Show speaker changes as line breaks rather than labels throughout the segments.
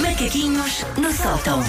Macaquinhos no sótão.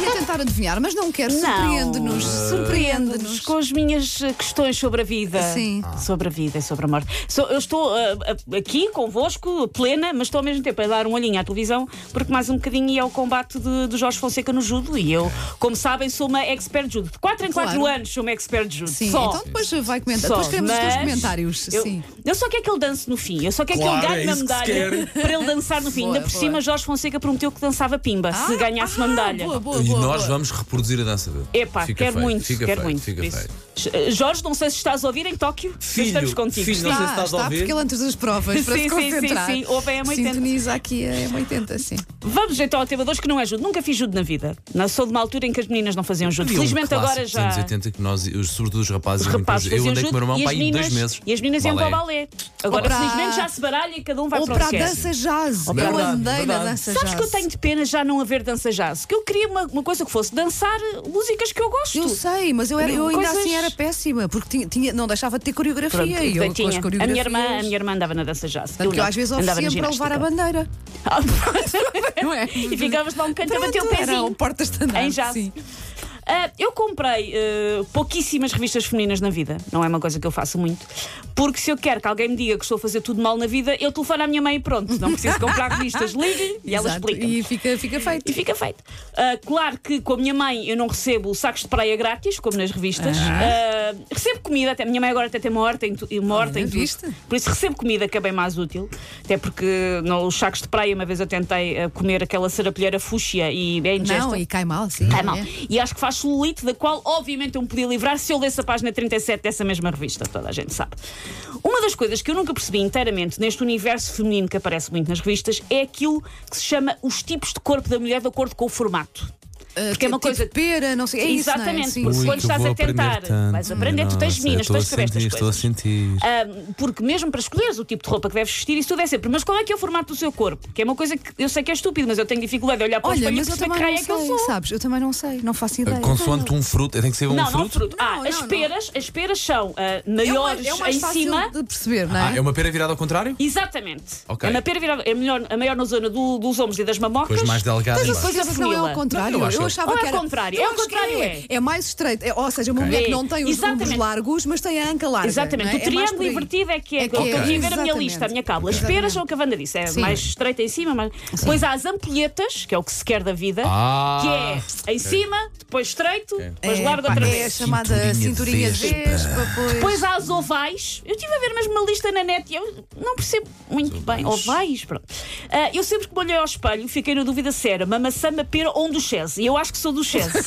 Ia tentar adivinhar, mas não quero. Surpreende-nos.
Surpreende-nos
Surpreende-nos.
com as minhas eh, questões sobre a vida.
Sim.
Ah.
Sobre a vida e sobre a morte. So- eu estou ah, ah, aqui convosco, plena, mas estou ao mesmo tempo a dar um olhinho à televisão, porque mais um bocadinho ia ao combate de, de Jorge Fonseca no judo. E eu, como sabem, sou uma expert de judo. De 4 em 4
Claro.
anos sou uma expert de judo.
Sim,
Só.
então depois vai comentar.
Só,
Depois queremos os teus
mas
comentários.
Eu,
Sim.
eu só quero que ele dance no fim. Eu só quero
Claro,
que ele ganhe
é
uma
isso que se
medalha para ele dançar no fim.
Boa,
Ainda por
boa.
cima, Jorge Fonseca prometeu que dançava pimba se
Ah,
ganhasse uma
ah,
medalha.
Boa, boa,
E
boa,
nós
boa.
vamos reproduzir a dança dele.
Epá,
Fica
quero
feio,
muito,
fica
quero
feio,
muito.
Fica
por isso.
feio.
Eh, Jorge, não sei se estás a ouvir em Tóquio. mas
Filho,
estamos contigo.
filho, não sei
Está,
se estás a
está,
ouvir.
porque ele antes das provas, para
Sim,
se
sim, sim,
concentrar.
sim. Ouve, é M80.
Sintoniza aqui a M80, sim.
Vamos então ao tema 2 que não é judo. Nunca fiz judo na vida. Não sou de uma altura em que as meninas não faziam judo.
Havia um
Felizmente
clássico
agora
dos
já.
anos 80 que nós, os- sobretudo os rapazes,
Os
iam
rapazes
para- eu
faziam
andei com o meu
judo
irmão
e
para
as
aí dois
meninas,
meses.
e as meninas iam para o balé. Agora,
Ou para-
felizmente, já se baralha e cada um vai
Ou
para o
para a
que quer.
dança jazz.
para
Eu
a-
andei na
É verdade.
dança jazz.
Sabes que eu tenho de pena já não haver dança jazz? Que eu queria uma, uma coisa que fosse dançar eh, músicas que eu gosto.
Eu sei, mas eu, era- eu ainda
Coisas-
assim era péssima, porque tinha, tinha- não deixava de ter coreografia.
Pronto,
e eu, com
tinha.
as
a,
coreografias,
minha irmã, a minha irmã andava na dança jazz.
Tanto que eu
não.
às vezes
Andava na
oferecia para levar a
ginástica.
bandeira.
Ah, pronto.
Não é?
E ficavas lá um canto a bater o
Pronto, era
pezinho.
o porta-estandarte.
Em jazz.
sim.
Ah, eu comprei eh, pouquíssimas revistas femininas na vida, não é uma coisa que eu faço muito, porque se eu quero que alguém me diga que estou a fazer tudo mal na vida, eu telefono à minha mãe e pronto, não preciso comprar revistas, ligue e ela
Exato,
explica.
E fica, fica feito.
E fica feito. Ah, claro que com a minha mãe eu não recebo sacos de praia grátis, como nas revistas. Ah, recebo comida, até a minha mãe agora até tem uma horta em, tu, e uma horta em
Olha,
tudo.
viste?
Por isso recebo comida que é bem mais útil. Até porque não, os sacos de praia, uma vez eu tentei ah, comer aquela sarapilheira fúcsia e é ingesta.
Não, e cai mal, sim.
Cai Tá mal.
é.
E acho que faz celulite, da qual obviamente eu me podia livrar se eu lesse a página 37 dessa mesma revista, toda a gente sabe. Uma das coisas que eu nunca percebi inteiramente neste universo feminino que aparece muito nas revistas é aquilo que se chama os tipos de corpo da mulher de acordo com o formato.
Uh,
Porque é uma
tipo
coisa-
pera, não sei. É isso, não é?
Exatamente,
Sim,
porque
sim.
Ui,
quando
que eu
estás
vou
a tentar,
aprender tanto.
vais aprender, tu tens
Nossa,
meninas,
estou
tens que saber
a
estas
sentir, Estou a
coisas.
sentir.
Ahm, porque mesmo para escolheres o tipo de roupa que deves vestir, isso tudo é sempre. Mas qual é que é o formato do seu corpo? Que é uma coisa que eu sei que é estúpido, mas eu tenho dificuldade de olhar para o
Olha,
espelho e
mas eu
perceber
também
que raio
não
é que eu
sei,
sou.
sabes? Eu também não sei, não faço
Uh,
ideia.
Consoante um fruto, tem que ser um
Não, não
fruto.
fruto. Ah,
Não,
as
não, não.
peras, as peras são ah,
É o
maiores
mais- é o mais
em
fácil
cima.
de perceber, não é?
Ah, é uma pera virada ao contrário?
Exatamente.
Ok.
É uma pera virada, é melhor, a maior na zona do- dos ombros e das mamocas.
Depois mais delgada
Mas
em
eu
baixo.
depois-
percebo
a
que não é
frila.
ao contrário.
Não, eu acho
eu
que-
achava
Ou é
que
ao
era.
contrário,
Eu
é ao
acho que
contrário, é.
É mais estreito. É, ou seja, uma
Ok.
mulher que
É,
não tem os
exatamente.
ombros largos, mas tem a anca larga. não é?
Exatamente. O
É mais
triângulo
por aí.
invertido é que é.
É que
eu
é,
consegui ver a minha
exatamente.
lista, a minha cábula. As
Exatamente.
peras são o que a Wanda disse. É
Sim.
mais estreita em cima, mas. Depois há as ampulhetas, que é o que se quer da vida.
Ah.
que é em cima, depois estreito, depois
É,
largo outra
pá,
É a
vez.
chamada cinturinha
Cinturinha de
vespa, pois.
Depois há as ovais. Eu estive a ver mesmo uma lista na net e eu não percebo muito bem. Ovais, pronto. Ah, eu sempre que me olhei ao espelho fiquei na dúvida se era uma maçã, uma pera ou um duchesse. E eu acho que sou duchesse.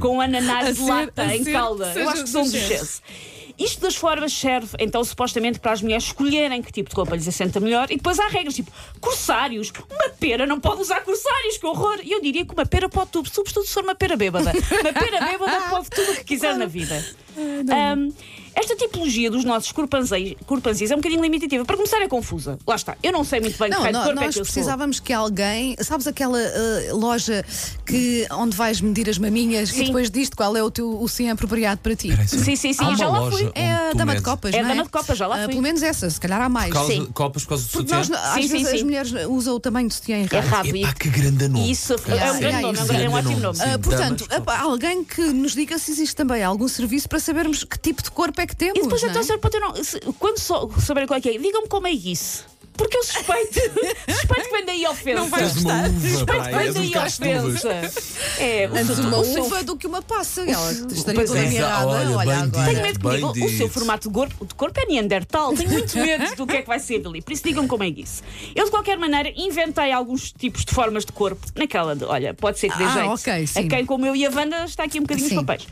Com
A
ananás de
ser- a
lata em
ser
calda.
que
Eu
seja
acho que sou um
duchesse.
duchesse. Isto das formas serve, então, supostamente, para as mulheres escolherem que tipo de roupa lhes assenta melhor. E depois há regras, tipo, corsários. Uma pera não pode usar corsários, que horror! E eu diria que uma pera pode tudo, sobretudo se for uma pera bêbada. Uma pera bêbada pode tudo o que quiser na vida. Ahm, esta tipologia dos nossos corpanzeis, corpanzis é um bocadinho limitativa. Para começar, é confusa. Lá está. Eu não sei muito bem que
Não,
raio de
nó-
corpo é
nós
que eu sou.
precisávamos que alguém. Sabes aquela eh, loja que, onde vais medir as maminhas
Sim.
e depois disto qual é o teu o sim apropriado para ti?
Peraí,
Sim, sim, sim,
Há uma
já lá
loja
fui.
onde
É a
tu
dama de
medes
copas,
É a
não
dama de copas, já lá
Ah,
fui.
Pelo menos essa, se calhar há mais.
Causa-
Sim.
Copas por causa do
Porque
sutiã?
nós, às
Sim, sim,
vezes, as
sim.
mulheres usam o tamanho do sutiã
É
errado.
rápido.
Epá, que grande nome.
Isso, é
Cara,
um
grande
que
nome, é um
grande- é um ótimo nome.
sim,
Ah,
damas
portanto,
de copas.
epá, alguém que nos diga se existe também algum serviço para sabermos que tipo de corpo é que temos.
E depois
não é?
então, senhor, pode eu não, se- quando sou, souberem qual é que é, digam-me como é isso. Porque eu suspeito, suspeito que vem daí a ofensa.
Não vais
És uma uva,
suspeito
pai,
que vem
és um
daí a
cacho de uvas.
ofensa. É, o
Antes
seu-
uma
o seu-
uva do que uma passa. Ela estaria
Pois
toda
é.
mirada.
Olha,
Olha,
bem
agora.
Tenho medo comigo. O
Bandido.
seu formato de corpo, de corpo é Neandertal. Tenho muito medo do que é que vai ser dali. Por isso digam como é isso. Eu, de qualquer maneira, inventei alguns tipos de formas de corpo. Naquela de, olha, pode ser que dê
Ah,
jeito.
ok, sim.
A quem, como eu e a Wanda, está aqui um bocadinho
Sim.
os papéis.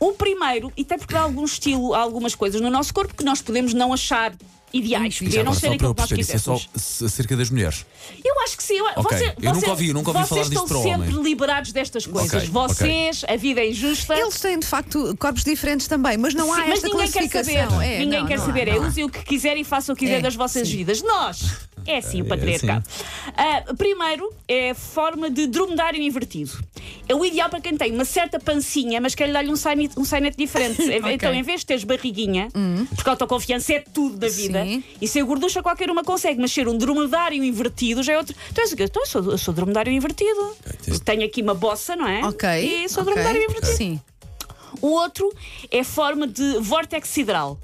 O primeiro, e até porque há algum estilo, há algumas coisas no nosso corpo que nós podemos não achar ideais.
Hum, Sim.
Podia não ser
Agora, só para
aquilo
eu
que nós
perceber, isso é só
quiséssemos.
s- acerca das mulheres.
Eu acho que sim. Eu,
Ok.
você-
Eu nunca
você-
ouvi- nunca ouvi
vocês
falar disto
estão
para o
sempre
homem.
liberados destas coisas.
ok.
vocês, a vida é injusta.
Eles têm, de facto, corpos diferentes também, mas não há
Sim, mas
esta
ninguém quer
classificação.
saber.
É,
ninguém
não,
quer
não há,
saber.
não
é
há.
usem o que quiserem e façam o que quiser
É,
das vossas
sim.
vidas. Nós! É assim o
É
patriarcado. Ah, primeiro, é a forma de dromedário invertido. É o ideal para quem tem uma certa pancinha, mas quer dar-lhe um sinete, um sinete diferente.
Ok. Hum.
Então, em vez de teres barriguinha, porque a autoconfiança é tudo da vida,
Sim.
e ser gorducha qualquer uma consegue, mas ser um dromedário invertido já é outro. Tu és o quê? Então, eu sou, eu sou dromedário invertido.
sim.
Tenho aqui uma bossa, não é?
Ok.
E sou
ok.
dromedário invertido.
Sim.
O outro é forma de vórtex sideral.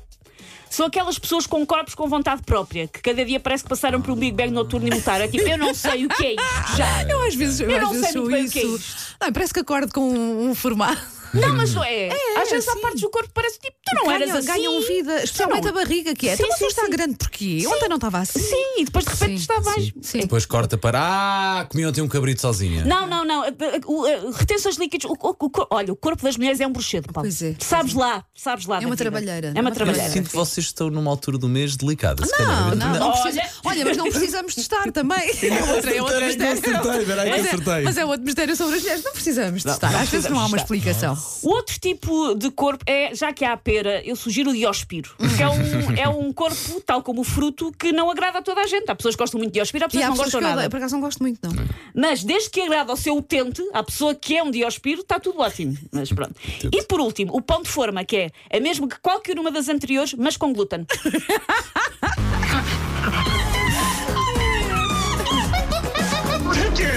São aquelas pessoas com corpos com vontade própria, que cada dia parece que passaram por um Big Bang noturno e mutaram. É tipo, eu não sei o que é isto já.
Eu às vezes, eu
Eu
às
não
vezes
sei
sou
muito bem o
isso.
que é
Não, parece que acordo com um, um formato.
Não, mas não é. Às vezes
assim.
há partes do corpo que parece tipo, tu não
ganham,
eras assim.
ganham vida, especialmente
não-
a barriga, que é.
Sim,
então, mas
sim,
isto está
sim.
grande porquê? Ontem não estava assim.
Sim, e depois de repente
Sim,
está mais.
sim.
Depois corta para. Ah, comi ontem um cabrito sozinha.
Não, não, não. O- o- Retenções líquidas. O, o- o cor- olha, o corpo das mulheres é um bruxedo, Paulo.
Pois é.
Sabes lá, sabes lá. da
uma
vida.
trabalheira.
É
É uma
uma
Eu
trabalheira.
sinto que vocês estão numa altura do mês delicada. se calhar.
Não,
Eu-
não, não
Olha.
precisa. Olha, mas não precisamos de estar também. É outro, é outro
Peraí, que eu
mistério.
acertei, peraí, que eu
Mas é,
acertei.
mas é outro mistério sobre as mulheres. Não precisamos de estar. Às vezes não há uma explicação.
O outro tipo de corpo é, já que há a pera, eu sugiro o dióspiro. Que é um, é um corpo, tal como o fruto, que não agrada a toda a gente. Há pessoas que gostam muito de dióspiro, há
E
pessoas
há
que não
pessoas que
gostam
eu
nada.
odeio. Por acaso não gosto muito, não.
Mas desde que agrada ao seu utente, à pessoa que é um dióspiro, está tudo ótimo. Mas pronto. E por último, o pão de forma, que é a mesma que qualquer uma das anteriores, mas com glúten.
Take your